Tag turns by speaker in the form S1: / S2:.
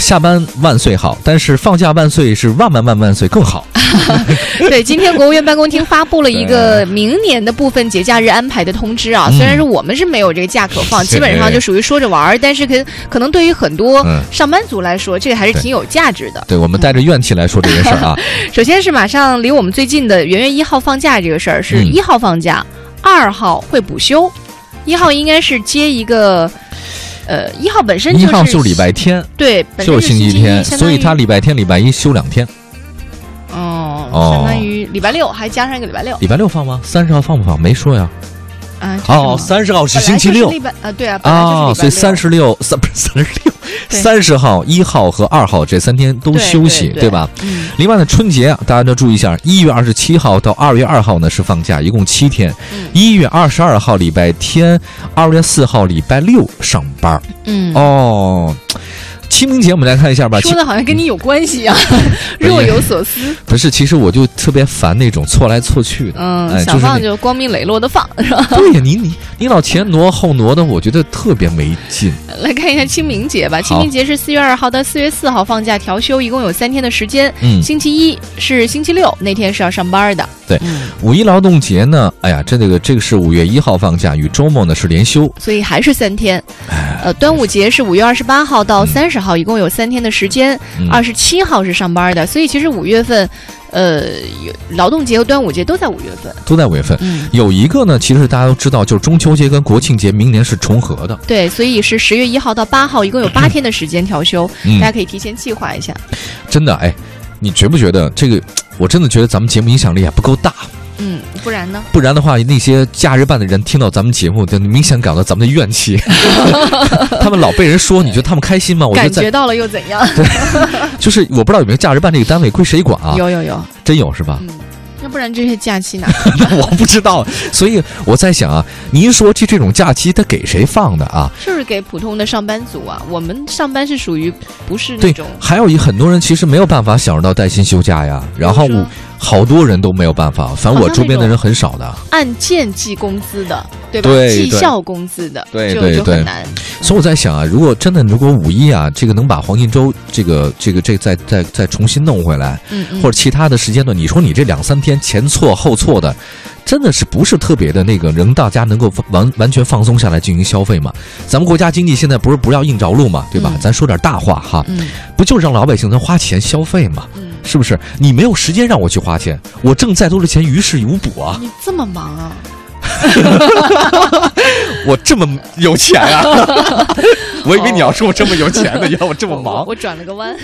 S1: 下班万岁好，但是放假万岁是万万万万岁更好。
S2: 对，今天国务院办公厅发布了一个明年的部分节假日安排的通知啊。虽然说我们是没有这个假可放，
S1: 嗯是
S2: 基本上就属于说着玩儿，但是可可能对于很多
S1: 嗯
S2: 上班族来说，这个还是挺有价值的。
S1: 对，我们带着怨气来说这件事儿啊。
S2: 首先是马上离我们最近的元月一号放假这个事儿，是
S1: 嗯
S2: 一号放假，二、号会补休，一号应该是接一个，呃，一号本身就
S1: 一
S2: 是
S1: 号就是礼拜天，
S2: 对，本身
S1: 就是星期
S2: 期
S1: 天，
S2: 相
S1: 所以
S2: 当于
S1: 他礼拜天、礼拜一休两天，
S2: 哦，
S1: 哦
S2: 相当于礼拜六还加上一个礼拜六
S1: 礼拜六放吗？三十号放不放？没说呀。
S2: 啊。这是
S1: 哦，
S2: 什么
S1: 三十号是
S2: 本来
S1: 星期
S2: 就是
S1: 六
S2: 礼拜啊，对啊，本来就是礼拜
S1: 啊，
S2: 六
S1: 所以三十六 三不是三十六，
S2: 对
S1: 三十号、一号和二号这三天都
S2: 对
S1: 休息，
S2: 对对
S1: 吧？
S2: 嗯
S1: 另外呢，春节啊，大家要注意一下，一月二十七号到二月二号呢是放假，一共七天。
S2: 嗯
S1: 一月二十二号礼拜天，二月四号礼拜六上班儿。
S2: 嗯。
S1: 哦，清明节我们来看一下吧。
S2: 说
S1: 清
S2: 的好像跟你有关系 一样， 若有所思。
S1: 不是，其实我就特别烦那种错来错去 的。
S2: 嗯，
S1: 哎
S2: 想
S1: 就是
S2: 放
S1: 那
S2: 就光明磊落的放。
S1: 对呀，你你你老前挪后挪的，我觉得特别没劲。
S2: 来看一下清明节吧，清明节是四月二号到四月四号放假调休，一共有三天的时间。
S1: 嗯，
S2: 星期一是星期六，那天是要上班的。
S1: 对
S2: 嗯
S1: 五一劳动节呢，哎呀，这个这个是五月一号放假，与周末呢是连休。
S2: 所以还是三天。呃，
S1: 嗯
S2: 端午节是五月二十八号到三十号，一共有三天的时间。
S1: 嗯
S2: 二十七号是上班的，所以其实五月份，呃，有劳动节和端午节都在五月份。
S1: 都在五月份。
S2: 嗯，
S1: 有一个呢，其实大家都知道，就是中秋节跟国庆节明年是重合的。
S2: 对，所以是十月一号到八号，一共有八天的时间调休，
S1: 嗯
S2: 大家可以提前计划一下。
S1: 真的，哎，你觉不觉得这个？我真的觉得咱们节目影响力还啊不够大，
S2: 嗯，不然呢？
S1: 不然的话，那些假日办的人听到咱们节目，就明显感到咱们的怨 气。 他们老被人说，你觉得他们开心吗？我觉得
S2: 感
S1: 哦在
S2: 觉到了又怎样？
S1: 就是我不知道有没有假日办这个单位归谁管啊？
S2: 有有有，
S1: 真有是吧？
S2: 嗯，要不然这些假期哪？
S1: 那我不知道，所以我在想啊，您说这这种假期他给谁放的啊？
S2: 是不是给普通的上班族啊？我们上班是属于不是那
S1: 对
S2: 种，
S1: 还有一很多人其实没有办法享受到带薪休假呀，然后
S2: 比如
S1: 我
S2: 说
S1: 好多人都没有办法，反正我
S2: 好像那种
S1: 周边的人很少的，啊
S2: 按件计工资的，对吧？
S1: 对
S2: 绩
S1: 对
S2: 效工资的，
S1: 对
S2: 这
S1: 对
S2: 个就
S1: 对
S2: 很难。
S1: 所以我在想啊，如果真的如果五一啊，这个能把黄金周这个这个这个再再再重新弄回来，
S2: 嗯嗯，
S1: 或者其他的时间段，你说你这两三天前错后错的，真的是不是特别的那个，能大家能够完完全放松下来进行消费吗？咱们国家经济现在不是不要硬着陆嘛，对吧？
S2: 嗯
S1: 咱说点大话哈，
S2: 嗯
S1: 不就是让老百姓能花钱消费吗？
S2: 嗯，
S1: 是不是？你没有时间让我去花钱，我挣再多的钱于事无补啊！
S2: 你这么忙啊？
S1: 我这么有 钱啊！我以为你要说我这么有钱呢，原来我这么忙
S2: 我。我转了个弯。